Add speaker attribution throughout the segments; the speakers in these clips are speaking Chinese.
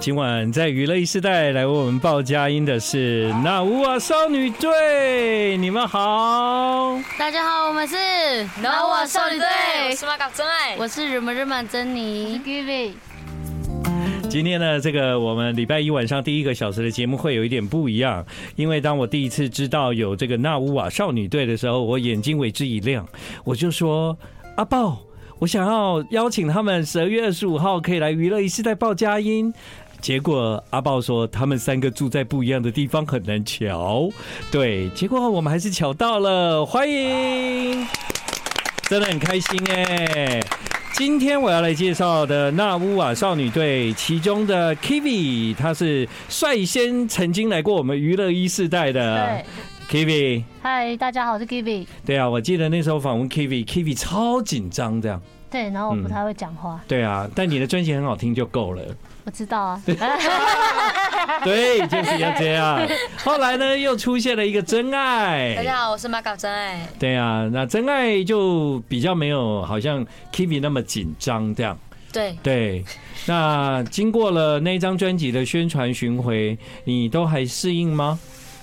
Speaker 1: 今晚在娱乐一时代来为我们报佳音的是那乌瓦少女队，你们好。
Speaker 2: 大家好，我们是
Speaker 3: 然后我少女队，我
Speaker 2: 我
Speaker 3: 是马港真爱，我
Speaker 2: 是日本日本珍妮，
Speaker 1: 今天呢，这个我们礼拜一晚上第一个小时的节目会有一点不一样，因为当我第一次知道有这个纳乌瓦少女队的时候，我眼睛为之一亮，我就说阿豹，我想要邀请他们十二月二十五号可以来娱乐一时代报佳音。结果阿豹说他们三个住在不一样的地方，很难瞧。对，结果我们还是瞧到了，欢迎，真的很开心哎、今天我要来介绍的纳乌瓦少女队，其中的 Kivi，她是率先曾经来过我们娱乐一世代的 Kivi。
Speaker 2: 嗨，大家好，我是 Gibby。
Speaker 1: 对啊，我记得那时候访问 Kivi，Kivi 超紧张这样。
Speaker 2: 对，然后我不太会讲话，
Speaker 1: 对啊，但你的专辑很好听就够了。
Speaker 2: 我知道啊。
Speaker 1: 对，就是要这样。后来呢，又出现了一个真
Speaker 3: 大
Speaker 1: 爱。
Speaker 3: 家好，我是马港真爱，
Speaker 1: 对啊，那真爱就比较没有好像 Kivi 那么紧张这样。
Speaker 3: 对，
Speaker 1: 对，那经过了那张专辑的宣传巡回，你都还适应吗？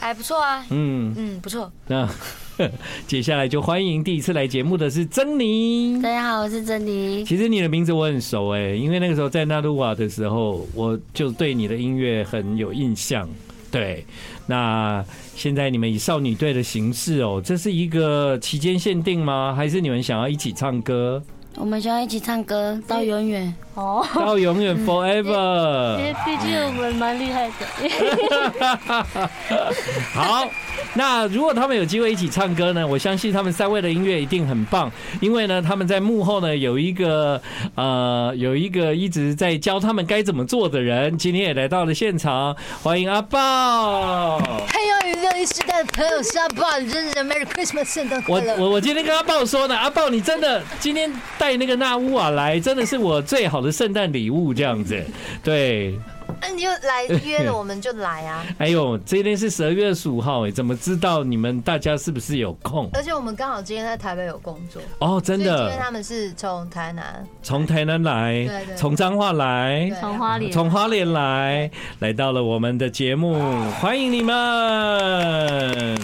Speaker 3: 还不错啊，
Speaker 1: 嗯，
Speaker 3: 嗯，不错，
Speaker 1: 那 接下来就欢迎第一次来节目的是珍妮。
Speaker 2: 大家好，我是珍妮。
Speaker 1: 其实你的名字我很熟哎、因为那个时候在纳鲁瓦的时候，我就对你的音乐很有印象。对，那现在你们以少女队的形式哦，这是一个期间限定吗？还是你们想要一起唱歌
Speaker 2: 我们想要一起唱歌到永远哦，
Speaker 1: 到永远 forever？
Speaker 2: 因为毕竟我们蛮厉害的。
Speaker 1: 好，那如果他们有机会一起唱歌呢，我相信他们三位的音乐一定很棒，因为呢，他们在幕后呢有一个呃有一个一直在教他们该怎么做的人，今天也来到了现场，欢迎阿豹。
Speaker 4: 太阳娱乐一时代的朋友沙爸，你真是 Merry Christmas，圣诞
Speaker 1: 我
Speaker 4: 快乐！
Speaker 1: 我我今天跟阿豹说呢，阿豹你真的今天带那个纳乌瓦来，真的是我最好的圣诞礼物这样子。对，
Speaker 3: 那嗯你就来约了，我们就来啊，
Speaker 1: 哎呦，今天是十二月十五号哎，怎么知道你们大家是不是有空？
Speaker 3: 而且我们刚好今天在台北有工作，
Speaker 1: 哦，真
Speaker 3: 因
Speaker 1: 的。
Speaker 3: 为他们是从台南，
Speaker 1: 从台南来
Speaker 3: 对，对
Speaker 1: 从彰化来
Speaker 3: 对，
Speaker 2: 从花莲，
Speaker 1: 从花莲来，来到了我们的节目，
Speaker 3: 啊
Speaker 1: 欢迎你们！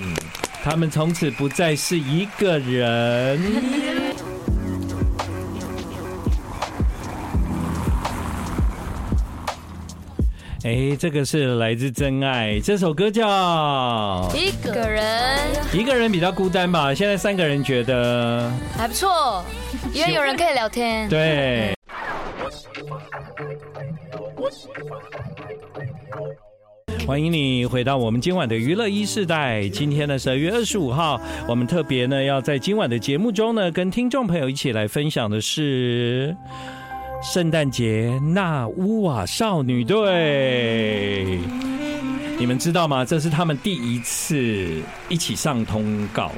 Speaker 1: 他们从此不再是一个 人。哎，这个是来自真爱，这首歌叫 《
Speaker 3: 一个人
Speaker 1: 一个人比较孤单》吧？现在三个人觉得
Speaker 3: 还不错，因为有人可以聊天，
Speaker 1: 对。欢迎你回到我们今晚的娱乐一世代。今天呢，十二月二十五号，我们特别呢要在今晚的节目中呢，跟听众朋友一起来分享的是圣诞节纳乌瓦少女队。你们知道吗？这是他们第一次一起上通告，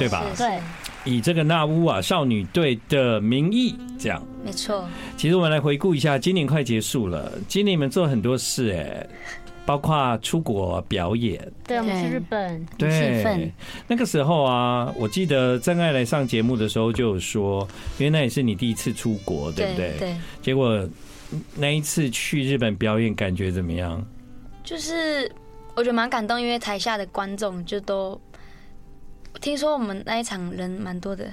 Speaker 1: 对吧？
Speaker 3: 是
Speaker 2: 对，
Speaker 1: 以这个纳乌瓦少女队的名义，这样。
Speaker 3: 没错，
Speaker 1: 其实我们来回顾一下，今年快结束了，今年你们做了很多事哎、包括出国表演，
Speaker 2: 对，我们去日本，
Speaker 1: 对
Speaker 2: 气氛，
Speaker 1: 那个时候啊，我记得真爱来上节目的时候就有说，因为那也是你第一次出国，对不对？
Speaker 3: 对，
Speaker 1: 结果那一次去日本表演，感觉怎么样？
Speaker 3: 就是我觉得蛮感动，因为台下的观众就都。听说我们那一场人蛮多的，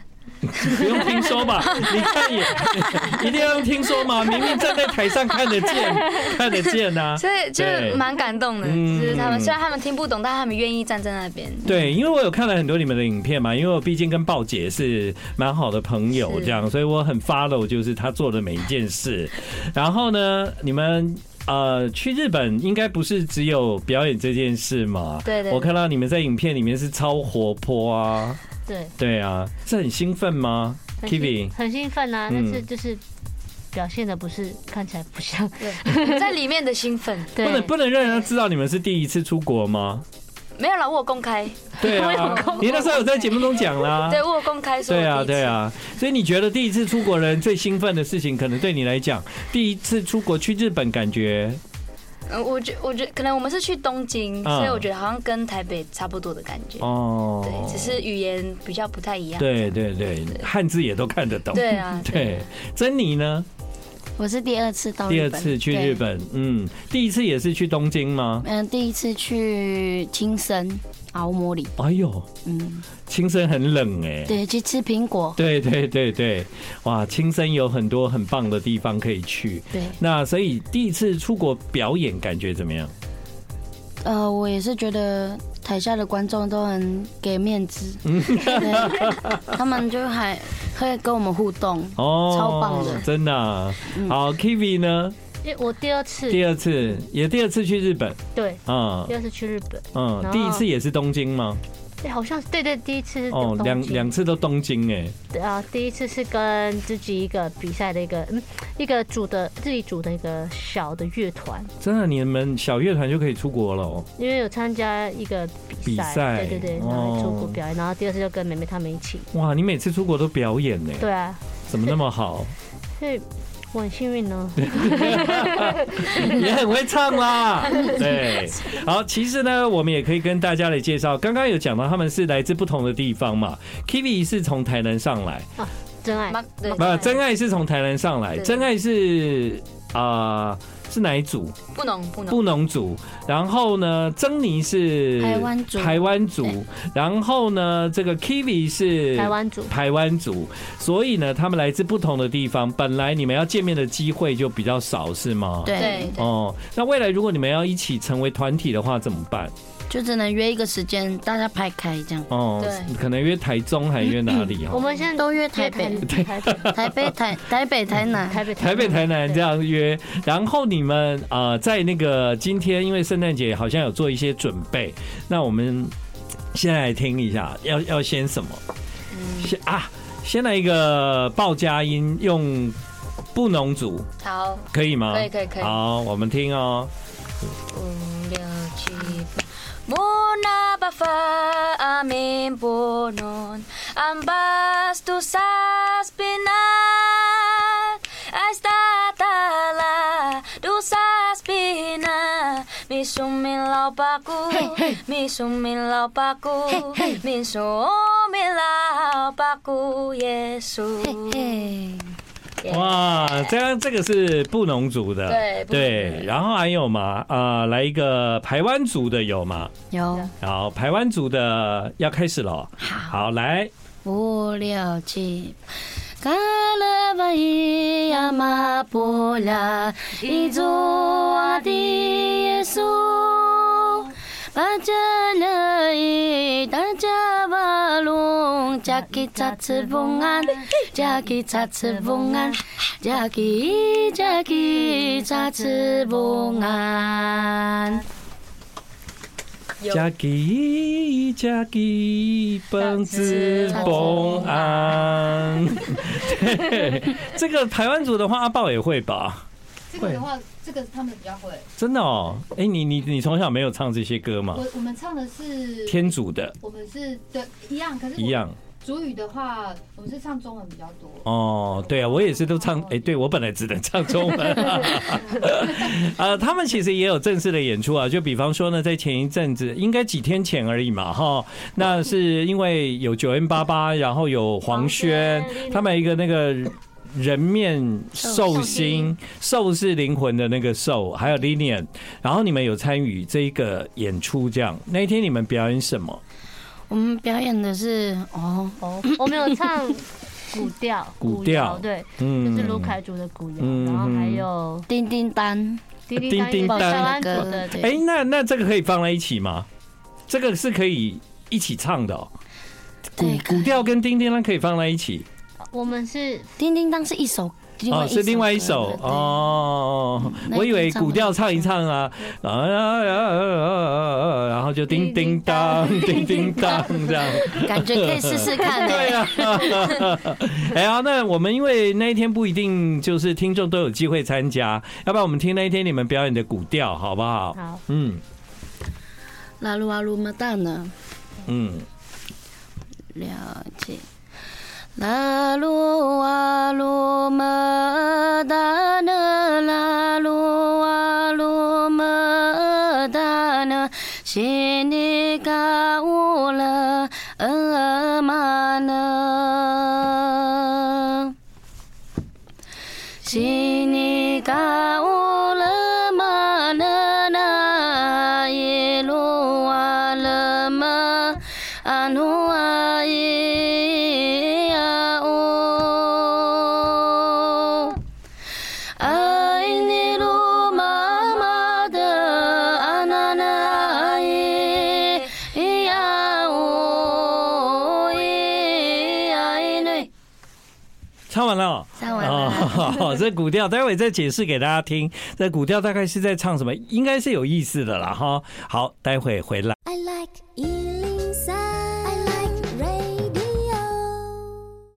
Speaker 1: 不用听说吧？你看也 一定要用听说嘛，明明站在台上看得见，看得见 呐、啊。
Speaker 3: 所以就
Speaker 1: 对
Speaker 3: 蛮感动的。
Speaker 1: 嗯
Speaker 3: 就是他们虽然他们听不懂，但他们愿意站在那 边。
Speaker 1: 对，因为我有看了很多你们的影片嘛，因为我毕竟跟鲍姐是蛮好的朋友，这样，所以我很 follow 就是她做的每一件事。然后呢，你们呃去日本应该不是只有表演这件事嘛？
Speaker 3: 对对
Speaker 1: 我看到你们在影片里面是超活泼啊，
Speaker 2: 对，
Speaker 1: 对啊，是很兴奋吗
Speaker 2: 很兴
Speaker 1: ？Kivi，
Speaker 2: 很兴奋啊，但
Speaker 1: 嗯
Speaker 2: 是就是表现的不是看起来不像，
Speaker 3: 对，在里面的兴奋，
Speaker 1: 不能
Speaker 2: 对，
Speaker 1: 不能让人家知道你们是第一次出国吗？
Speaker 3: 没有啦，我有公开，
Speaker 1: 对啊，你那时候有在节目中讲 啦。
Speaker 3: 对我有公开说，
Speaker 1: 啊对啊，对，啊，所以你觉得第一次出国人最兴奋的事情，可能对你来讲，第一次出国去日本，感觉
Speaker 3: 嗯，我觉我觉可能我们是去东京，
Speaker 1: 嗯
Speaker 3: 所以我觉得好像跟台北差不多的感觉，
Speaker 1: 哦，
Speaker 3: 对，只是语言比较不太一样，
Speaker 1: 对对对，汉字也都看得懂。
Speaker 3: 对啊，
Speaker 1: 对，珍妮呢？
Speaker 2: 我是第二次到
Speaker 1: 第
Speaker 2: 哦日
Speaker 1: 二
Speaker 2: 本，
Speaker 1: 次去
Speaker 2: 对
Speaker 1: 日，本，嗯，第一次也是去东京吗？
Speaker 2: 嗯、第一次去青森熬摩里，
Speaker 1: 哎呦，
Speaker 2: 嗯，
Speaker 1: 青森很冷哎、
Speaker 2: 对，去吃苹果，
Speaker 1: 对对对对，哇，青森有很多很棒的地方可以去。
Speaker 2: 对，
Speaker 1: 那所以第一次出国表演感觉怎么样？
Speaker 2: 呃，我也是觉得台下的观众都很给面子，
Speaker 1: 嗯
Speaker 2: 对， 他们就还会跟我们互动，
Speaker 1: 哦，
Speaker 2: 超棒的
Speaker 1: 真的啊、好，Kivi 呢？
Speaker 5: 因为我第二次
Speaker 1: 第二次也第二次去日本
Speaker 5: 对，
Speaker 1: 啊，
Speaker 5: 第二次去日本，
Speaker 1: 嗯嗯，
Speaker 5: 然后
Speaker 1: 第一次也是东京吗？
Speaker 5: 哎，好像是对对，第一次是
Speaker 1: 哦
Speaker 5: 东，
Speaker 1: 两
Speaker 5: 京
Speaker 1: 两次都东京哎、
Speaker 5: 啊，第一次是跟自己一个比赛的一个嗯一个组的自己组的一个小的乐团，
Speaker 1: 真的，你们小乐团就可以出国了哦。
Speaker 5: 因为有参加一个比
Speaker 1: 比赛哦
Speaker 5: 赛，对对对，然后出国表演，然后第二次就跟妹妹他们一起，
Speaker 1: 哇，你每次出国都表演呢、
Speaker 5: 对啊，
Speaker 1: 怎么那么 好？
Speaker 5: 所以我很幸运哦呢。
Speaker 1: 也很会唱 啦。对，好，其实呢，我们也可以跟大家来介绍，刚刚有讲到他们是来自不同的地方嘛。Kiwi 是从台南上来，
Speaker 5: 真爱
Speaker 3: 妈对
Speaker 1: 不，真爱是从台南上来，
Speaker 3: 对
Speaker 1: 真爱是啊、是哪一组？
Speaker 3: 不能不能，
Speaker 1: 布农族。然后呢，珍妮是
Speaker 2: 台湾族
Speaker 1: 台湾族。然后呢，这个 Kiwi 是
Speaker 5: 台湾组
Speaker 1: 台湾族，所以呢，他们来自不同的地方，本来你们要见面的机会就比较少，是吗？。
Speaker 2: 对
Speaker 3: 对，
Speaker 1: 哦，那未来如果你们要一起成为团体的话，怎么办？
Speaker 2: 就只能约一个时间，大家排开这样，
Speaker 1: 哦，
Speaker 3: 对
Speaker 1: 可能约台中，还约哪里？哦
Speaker 5: 我
Speaker 1: 哈，
Speaker 5: 们现在
Speaker 2: 都约
Speaker 5: 约
Speaker 2: 台北、
Speaker 5: 台北
Speaker 2: 台北、台台北、台南，
Speaker 5: 台 北
Speaker 1: 台北、台南
Speaker 5: 对
Speaker 1: 这样约。然后你们啊、呃在那个今天，因为圣诞节好像有做一些准备，那我们现在来听一下，要要先什么？
Speaker 3: 嗯
Speaker 1: 先啊，先来一个报佳音，用布农族
Speaker 3: 好，
Speaker 1: 可以吗？
Speaker 3: 可以可以可以
Speaker 1: 好，我们听哦。
Speaker 3: 五六七八。Muna ba fa amin punon ang bastusas pinat ay tatala dusas pina misumin lao paku misumin lao paku misumin lao paku Yesu
Speaker 1: 哇，这样这个是布农族的，
Speaker 3: 对布农
Speaker 1: 对，然后还有嘛，呃，来一个排湾族的有吗？
Speaker 2: 有
Speaker 1: 好，排湾族的要开始了，好，来，
Speaker 2: 五六七。卡拉巴伊亚马波拉，伊祖阿迪耶稣，巴加勒伊达加巴隆，加基查茨翁安，加基查茨翁安，加基加基查茨翁安。
Speaker 1: 加吉加吉，蹦子蹦安。对，这个排湾族的话，阿豹也会吧？
Speaker 6: 这个的话，这个他们比较会。
Speaker 1: 真的哦，哎，你你你从小没有唱这些歌吗
Speaker 6: 我？我们唱的是，
Speaker 1: 天主的
Speaker 6: 我们是对一样，可是我
Speaker 1: 一。样。
Speaker 6: 主语的话，我们是唱中文比较多。
Speaker 1: 哦，对啊，我也是都唱，
Speaker 5: 哦
Speaker 1: 哎、对我本来只能唱中 文、呃，他们其实也有正式的演出啊，就比方说呢，在前一阵子，应该几天前而已嘛，哈，那是因为有九 N 八八，然后有黄轩，他们有一个那个。人面兽心，兽是灵魂的那个兽，还有 Linian，然后你们有参与这一个演出，这样那一天你们表演什么？
Speaker 2: 我们表演的是哦，
Speaker 5: 哦，我们有唱古调，
Speaker 1: 古调
Speaker 5: 谣对，就
Speaker 1: 嗯
Speaker 5: 是卢凯族的古谣，
Speaker 1: 嗯
Speaker 5: 然后还有
Speaker 2: 叮叮当。
Speaker 5: 叮
Speaker 1: 叮叮
Speaker 5: 叮当
Speaker 1: 当
Speaker 5: 台湾族的
Speaker 2: 对
Speaker 1: 哎、那那这个可以放在一起吗？这个是可以一起唱的、哦，古
Speaker 2: 对可以
Speaker 1: 古调跟叮叮当可以放在一起
Speaker 5: 我们是
Speaker 1: 嗯
Speaker 2: 叮叮当是一首，另外
Speaker 1: 哦，
Speaker 2: 一
Speaker 1: 是另外一
Speaker 2: 歌嗯
Speaker 1: 首。哦。
Speaker 2: 那
Speaker 1: 我
Speaker 2: 一
Speaker 1: 以为
Speaker 2: 定唱
Speaker 1: 古
Speaker 2: 不
Speaker 1: 调
Speaker 2: 了
Speaker 1: 唱一唱啊，啊啊啊啊啊啊然后就叮叮当，叮 叮当这样。
Speaker 2: 对感觉可以试试 看
Speaker 1: 对
Speaker 2: 呢。
Speaker 1: 啊， 哎呀，那我们因为那一天不一定就是听众都有机会参加，要不然我们听那一天你们表演的古调好不好？
Speaker 5: 好，
Speaker 1: 嗯
Speaker 2: 拉鲁阿鲁马达呢？
Speaker 1: 嗯，
Speaker 2: 了解。拉鲁阿鲁马达呢？拉鲁阿鲁马达呢？西尼嘎乌勒阿玛呢？西尼。
Speaker 1: 唱完了。
Speaker 2: 唱完
Speaker 1: 哦，
Speaker 2: 了，
Speaker 1: 好好这古调待会再解释给大家听。这古调大概是在唱什么？应该是有意思的啦哈。好，待会回来。
Speaker 7: I like Ealing Sound. I like radio.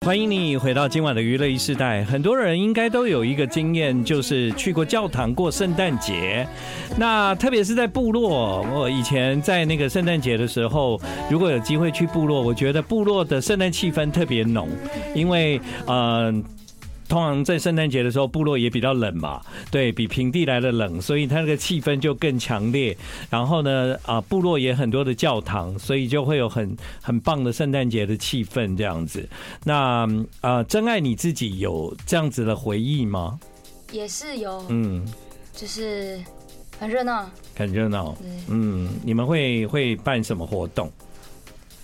Speaker 1: 欢迎你回到今晚的娱乐一世代。很多人应该都有一个经验，就是去过教堂过圣诞节。那特别是在部落，我以前在那个圣诞节的时候，如果有机会去部落，我觉得部落的圣诞气氛特别浓，因为呃。通常在圣诞节的时候，部落也比较冷嘛，对比平地来的冷，所以它那个气氛就更强烈。然后呢，啊，部落也很多的教堂，所以就会有很很棒的圣诞节的气氛这样子。那嗯呃，真爱你自己有这样子的回忆吗？
Speaker 3: 也是有，
Speaker 1: 嗯，
Speaker 3: 就是很热闹。
Speaker 1: 很热闹。
Speaker 3: 对，
Speaker 1: 嗯，你们会会办什么活动？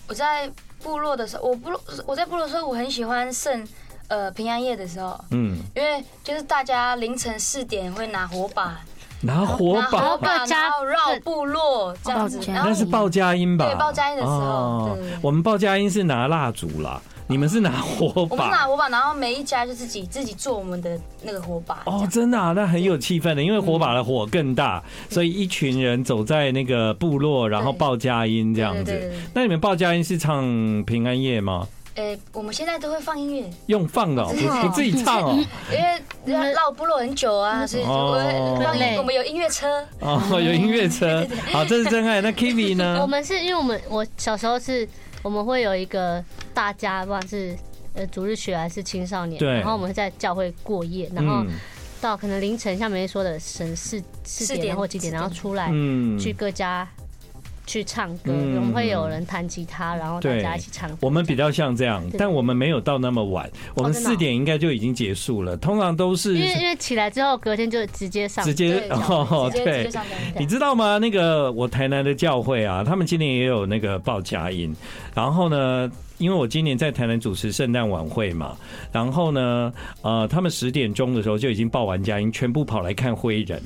Speaker 3: 我在部落的时候，我部落我在部落的时候，我很喜欢圣呃平安夜的时候，
Speaker 1: 嗯，
Speaker 3: 因为就是大家凌晨四点会拿火把，
Speaker 1: 拿火
Speaker 3: 拿火
Speaker 1: 把，
Speaker 3: 把，然后绕部落这样子，
Speaker 2: 报家
Speaker 3: 然
Speaker 1: 那是
Speaker 3: 后
Speaker 1: 报佳音吧？哦
Speaker 3: 对报佳音的时候对对对
Speaker 1: 我们报佳音是拿蜡烛啦，你们是拿火
Speaker 3: 我们拿
Speaker 1: 把。
Speaker 3: 火把，然后每一家就自己自己做我们的那个火把。
Speaker 1: 哦，真的、啊，那很有气
Speaker 3: 嗯
Speaker 1: 氛的，因为火把的火更大，所以一群人走在那个部落，然后
Speaker 3: 对
Speaker 1: 报佳音这
Speaker 3: 这
Speaker 1: 样
Speaker 3: 样子对对
Speaker 1: 子。
Speaker 3: 对对
Speaker 1: 那你们报佳音是唱平安夜吗？
Speaker 3: 诶，哎我们现在都会放音乐，
Speaker 1: 用放的、哦，
Speaker 3: 真的
Speaker 1: 不不自己唱哦。
Speaker 3: 因为要绕部落很久啊，所以就
Speaker 1: 哦
Speaker 3: 会放音
Speaker 5: 对
Speaker 3: 我们有音乐车，
Speaker 1: 哦，有音乐 车，好，这是真爱。那 Kimi
Speaker 5: 我
Speaker 1: 呢？
Speaker 5: 们是因为我们我小时候是我们会有一个大家，不管是呃逐日学还是青少年，
Speaker 1: 对
Speaker 5: 然后我们会在教会过夜，
Speaker 1: 嗯
Speaker 5: 然后到可能凌晨像梅梅说的神四四
Speaker 3: 四
Speaker 5: 点
Speaker 3: 点
Speaker 5: 或几点，然后出来
Speaker 1: 嗯
Speaker 5: 哎去各家去唱歌，
Speaker 1: 嗯
Speaker 5: 我们会有人弹吉他，然后大家一起唱歌。
Speaker 1: 我们比较像这样，
Speaker 5: 对
Speaker 1: 但我们没有到那么晚，我们
Speaker 5: 真的哦
Speaker 1: 四点应该就已经结束了。通常都是
Speaker 5: 因为因为起来之后隔天就直接上
Speaker 1: 直接
Speaker 3: 对
Speaker 1: 哦，
Speaker 3: 直接直
Speaker 1: 对
Speaker 3: 接。上班。
Speaker 1: 你知道吗？那个我台南的教会啊，他们今年也有那个报佳音。然后呢，因为我今年在台南主持圣诞晚会嘛，然后呢，呃，他们十点钟的时候就已经报完佳音，全部跑来看灰人，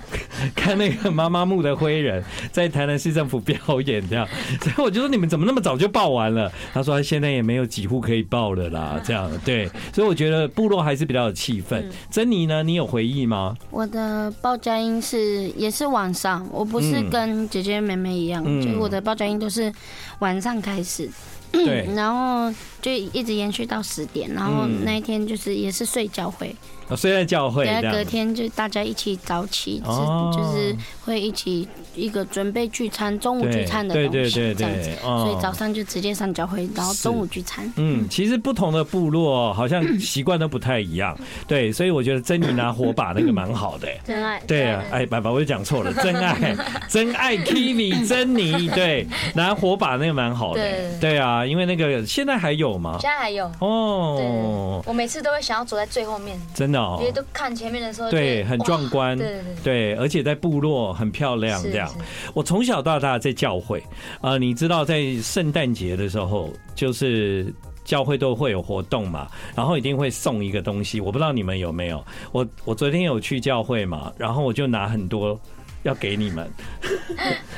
Speaker 1: 看那个妈妈木的灰人在台南市政府表演这样。 所以我就说你们怎么那么早就报完了？他说现在也没有几户可以报了啦，这样对。所以我觉得部落还是比较有气氛。珍妮呢，你有回忆吗？
Speaker 2: 我的报佳音是也是晚上，我不是
Speaker 1: 嗯
Speaker 2: 跟姐姐妹妹一样，
Speaker 1: 嗯
Speaker 2: 就我的报佳音都是晚上开始，
Speaker 1: 对，
Speaker 2: 然后就一直延续到十点，然后
Speaker 1: 嗯
Speaker 2: 那一天就是也是睡觉会，
Speaker 1: 哦虽然教会
Speaker 2: 然
Speaker 1: 这
Speaker 2: 后
Speaker 1: 样
Speaker 2: 隔。天就大家一起早起，
Speaker 1: 哦
Speaker 2: 是就是会一起一个准备聚餐，中午
Speaker 1: 对
Speaker 2: 聚餐的
Speaker 1: 对
Speaker 2: 东
Speaker 1: 对对
Speaker 2: 西这样子，
Speaker 1: 对，
Speaker 2: 所以早
Speaker 1: 嗯
Speaker 2: 上就直接上教会，然后中午聚餐。
Speaker 1: 嗯，其实不同的部落好像习惯都不太一 样，对，所以我觉得珍妮拿火把那个蛮好的、
Speaker 5: 真爱
Speaker 1: 对啊，哎，爸爸我又讲错 了，真爱，真爱 Kimi 珍妮，对，拿火把那个蛮好的、
Speaker 3: 对
Speaker 1: 对啊，因为那个现在还有吗？
Speaker 3: 现在还有，对
Speaker 1: 哦，
Speaker 3: 我每次都会想要走在最后面，
Speaker 1: 真的哦
Speaker 3: 因为，都看前面的时候，
Speaker 1: 对，很壮
Speaker 3: 观。
Speaker 1: 观，
Speaker 3: 对对对
Speaker 1: 对，而且在部落很漂亮，
Speaker 3: 是
Speaker 1: 这样
Speaker 3: 是。
Speaker 1: 我从小到大在教会，呃，你知道在圣诞节的时候，就是教会都会有活动嘛，然后一定会送一个东西。我不知道你们有没有，我我昨天有去教会嘛，然后我就拿很多要给你们。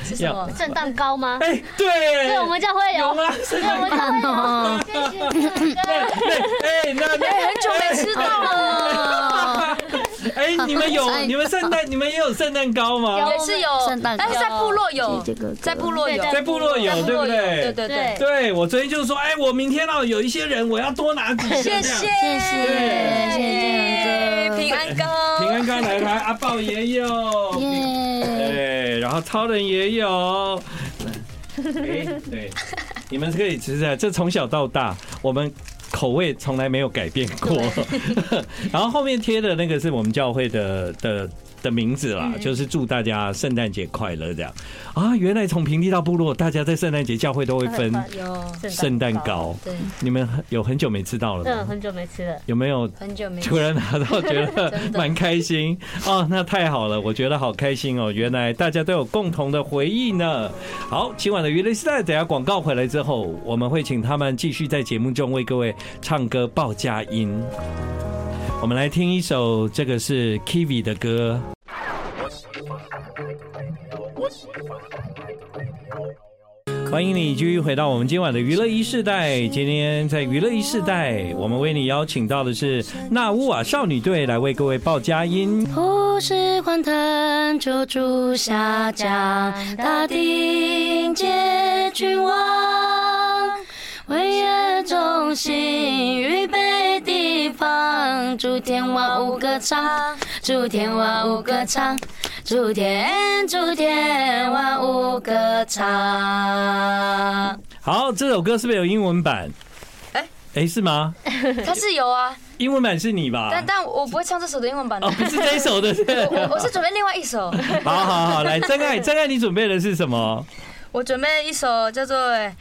Speaker 3: 是什么？
Speaker 5: 圣诞糕吗？
Speaker 1: 哎、对，
Speaker 5: 对，我们教会
Speaker 1: 有
Speaker 5: 有，
Speaker 1: 吗？圣诞
Speaker 5: 我们教会有
Speaker 1: 对，哎、那那
Speaker 3: 很久没吃到了，
Speaker 1: 哎、 你们有你们圣诞你们也有圣诞糕吗？
Speaker 3: 也是有
Speaker 2: 圣诞，
Speaker 3: 但是在部落有
Speaker 2: 这，个
Speaker 3: 在部落有，
Speaker 1: 在部落有，对不对？
Speaker 3: 对对对，
Speaker 1: 对，我昨天就说，哎，我明天啊，有一些人我要多拿几
Speaker 3: 谢
Speaker 1: 些。
Speaker 3: 谢
Speaker 1: 这样
Speaker 2: 谢谢谢谢亮哥，
Speaker 3: 平安糕，
Speaker 1: 平安刚来来，阿豹也有，
Speaker 2: 耶！
Speaker 1: 对，哎然后超人也有。哎，对，你们可以吃的，这从小到大我们。口味从来没有改变过， 然后后面贴的那个是我们教会的的的名字啦，就是祝大家圣诞节快乐这样啊。原来从平地到部落，大家在圣诞节教会都会分
Speaker 3: 有，
Speaker 1: 圣诞糕，
Speaker 3: 对，
Speaker 1: 你们很有很久没吃到了
Speaker 5: 嗯，
Speaker 1: 吗？
Speaker 5: 很久没吃了。
Speaker 1: 有没有
Speaker 3: 很久没
Speaker 1: 突然拿到，觉得
Speaker 3: 真的
Speaker 1: 蛮开心哦，那太好了，我觉得好开心哦，原来大家都有共同的回忆呢。好，今晚的娱乐时代，等一下广告回来之后，我们会请他们继续在节目中为各位唱歌报佳音。我们来听一首，这个是 Kivi 的歌。欢迎你继续回到我们今晚的娱乐一世代。今天在娱乐一世代，我们为你邀请到的是纳乌瓦少女队来为各位报佳音。
Speaker 2: 不是欢腾就住下江，大定皆君王。为业中心预备地方，祝天王五个唱，祝天王五个唱，祝天祝天王五个唱。
Speaker 1: 好，这首歌是不是有英文版？哎
Speaker 3: 哎
Speaker 1: 哎，是吗？
Speaker 3: 它是有啊，
Speaker 1: 英文版是你 吧？
Speaker 3: 但但我不会唱这首的英文版的
Speaker 1: 哦，， 不是这一首的，是
Speaker 3: 我我我是准备另外一首，
Speaker 1: 好好好，来，真爱，真爱，你准备的是什么？
Speaker 3: 我准备一首叫做《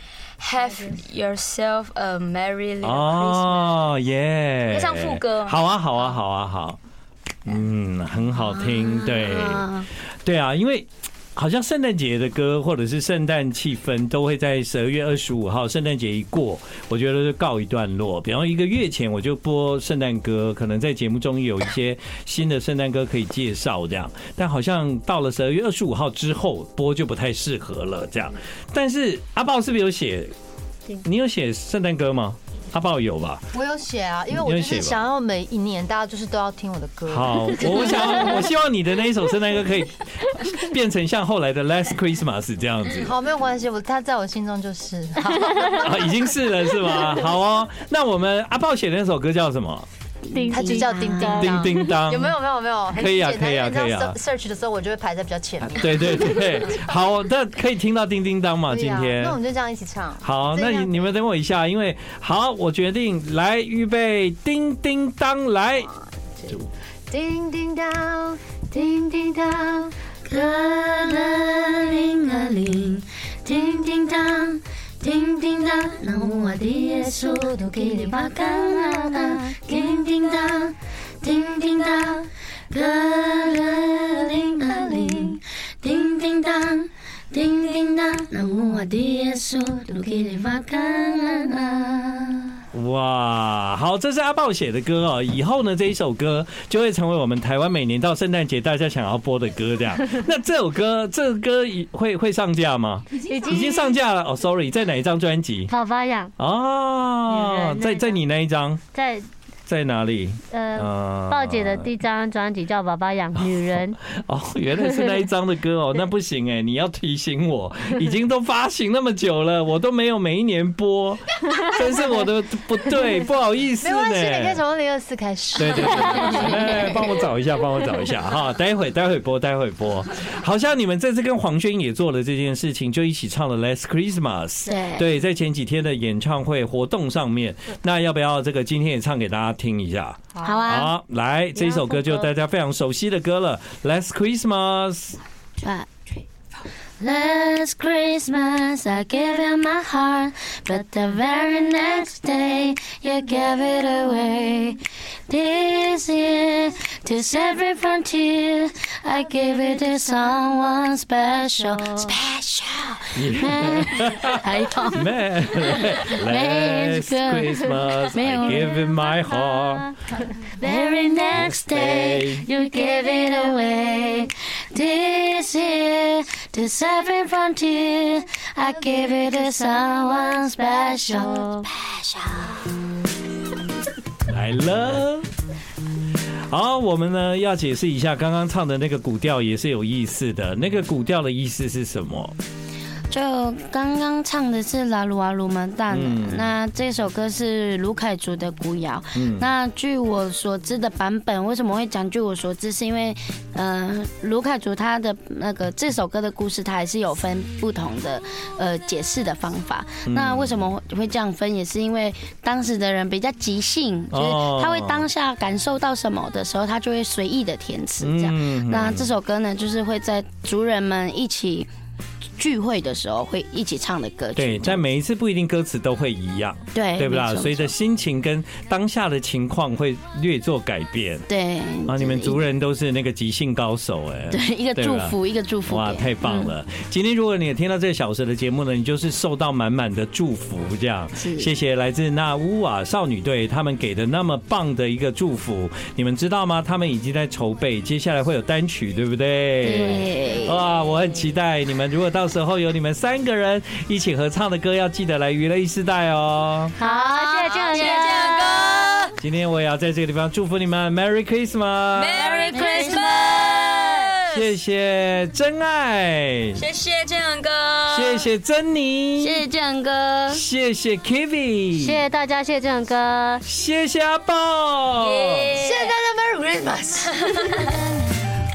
Speaker 3: Have Yourself a Merry Little Christmas》。
Speaker 1: 哦，耶！
Speaker 3: 要唱副歌吗
Speaker 1: 好啊，好啊，好啊，好。嗯，很好听，
Speaker 3: 啊
Speaker 1: 对，对啊，因为好像圣诞节的歌或者是圣诞气氛都会在十二月二十五号圣诞节一过，我觉得就告一段落。比方一个月前我就播圣诞歌，可能在节目中有一些新的圣诞歌可以介绍这样，但好像到了十二月二十五号之后播就不太适合了这样。但是阿豹是不是有写
Speaker 5: 对？
Speaker 1: 你有写圣诞歌吗？阿豹有吧？
Speaker 4: 我有写啊，因为我
Speaker 1: 你有
Speaker 4: 就
Speaker 1: 写
Speaker 4: 是
Speaker 1: 吧
Speaker 4: 想要每一年大家就是都要听我的歌。
Speaker 6: 啊
Speaker 1: 好，我想，我希望你的那一首圣诞歌可 以变成像后来的 Last Christmas 这样 子
Speaker 4: 好，啊没有关系，我他在我心中就是。好
Speaker 1: 啊，已经是了 是吗？好哦，那我们阿豹写的那首歌叫什么？
Speaker 4: 他就叫叮叮
Speaker 1: 叮
Speaker 4: 当，
Speaker 1: 叮当，
Speaker 4: 有没有？？没有没有，很
Speaker 1: 可以啊
Speaker 4: 简单
Speaker 1: 可以啊
Speaker 4: 因为这样
Speaker 1: 可以啊
Speaker 4: search- Search 的时候，我就会排在比较前面。
Speaker 1: 对对对，好，那可以听到叮叮当吗？
Speaker 4: 对
Speaker 1: 今
Speaker 4: 啊
Speaker 1: 天
Speaker 4: 那我们就这样一起唱。
Speaker 1: 好，那
Speaker 4: 这
Speaker 1: 你
Speaker 4: 样
Speaker 1: 你们等我一下，因为好，我决定来预备叮叮当来，
Speaker 4: 叮叮当，叮叮当，
Speaker 2: 啦啦铃啊铃，叮叮当，叮叮当，那我的耶稣都给你把干啊，叮叮当，叮叮当，啦啦铃啊铃，叮叮当，叮叮当，那我的耶稣都给你把干啊。
Speaker 1: 哇，好，这是阿豹写的歌哦。以后呢，这一首歌就会成为我们台湾每年到圣诞节大家想要播的歌， 这样。那这首歌，这歌会会上架吗？
Speaker 5: 已
Speaker 1: 已经上架了哦。Sorry，在哪一张专辑？
Speaker 5: 好吧呀，
Speaker 1: 哦，在在你那一张，
Speaker 5: 在
Speaker 1: 在哪里？
Speaker 5: 呃。
Speaker 1: 呃
Speaker 5: 鲍姐的第一张专辑叫《爸爸养女人》，
Speaker 1: 哦，原来是那一张的歌 哦，那不行哎，你要提醒我，已经都发行那么久了，我都没有每一 年播，真是我的不对，不好意思
Speaker 4: 没
Speaker 1: 呢。
Speaker 4: 关系，你可以从零二四开始。
Speaker 1: 对对对对，对哎，帮我找一下，帮我找一下哈，待会待会播，待会播。好像你们这次跟黄轩也做了这件事情，就一起唱了《Last Christmas》。
Speaker 2: 对
Speaker 1: 对，在前几天的演唱会活动上面，那要不要这个今天也唱给大家听一下？
Speaker 2: 好啊，
Speaker 1: 好，来这首歌就大家非常熟悉的歌了，《Last Christmas》。
Speaker 2: Last Christmas I gave you my heart, but the very next day you gave it away. This year, to every frontier, I gave it to someone special. Special. I don't.
Speaker 1: Man, Last Christmas, I give it my heart.
Speaker 2: Very next day, you give it away. This year, to every frontier, I give it to someone
Speaker 5: 哦
Speaker 2: special. Special.
Speaker 1: I love。好，我们呢要解释一下刚刚唱的那个古调也是有意思的。那个古调的意思是什么？
Speaker 2: 就刚刚唱的是《拉鲁阿鲁门蛋》，那这首歌是卢凯族的古谣。那据我所知的版本，为什么会讲据我所知？是因为，呃，卢凯族他的呃那个这首歌的故事，它还是有分不同的呃解释的方法。
Speaker 1: 嗯
Speaker 2: 那为什么会这样分？也是因为当时的人比较即兴，就是
Speaker 1: 哦
Speaker 2: 他会当下感受到什么的时候，他就会随意的填词这样。
Speaker 1: 嗯，
Speaker 2: 那这首歌呢，就是会在族人们一起聚会的时候会一起唱的歌曲。
Speaker 1: 对，在每一次不一定歌词都会一样，
Speaker 2: 对
Speaker 1: 对不啦？
Speaker 2: 没错
Speaker 1: 随着心情跟当下的情况会略作改变。
Speaker 2: 对
Speaker 1: 啊，你们
Speaker 2: 就是一
Speaker 1: 族人都是那个即兴高手哎、
Speaker 2: 对一个
Speaker 1: 对
Speaker 2: 祝
Speaker 1: 吧
Speaker 2: 福，一个祝福
Speaker 1: 哇，
Speaker 2: 给嗯
Speaker 1: 太棒了！今天如果你也听到这个小时的节目呢，你就是受到满满的祝福，这样。
Speaker 2: 是
Speaker 1: 谢谢来自纳乌瓦少女队他们给的那么棒的一个祝福，你们知道吗？他们已经在筹备，接下来会有单曲，对不对？
Speaker 2: 对
Speaker 1: 哇，我很期待你们。如果到时候有你们三个人一起合唱的歌，要记得来娱乐一世代哦。
Speaker 5: 好，谢谢建恒
Speaker 3: 谢谢建恒
Speaker 1: 今天我也要在这个地方祝福你们，Merry Christmas，
Speaker 3: ，Merry Christmas，
Speaker 1: 谢谢真爱，
Speaker 3: 谢谢建恒哥，
Speaker 1: 谢谢珍妮，
Speaker 2: 谢谢建哥，
Speaker 1: 谢谢 Kivi，
Speaker 5: 谢谢大家，谢谢建恒哥。
Speaker 1: 谢谢阿豹。
Speaker 3: 谢谢。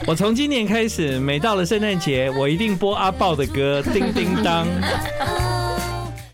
Speaker 1: 我从今年开始，每到了圣诞节，我一定播阿豹的歌，叮叮当。
Speaker 7: Oh.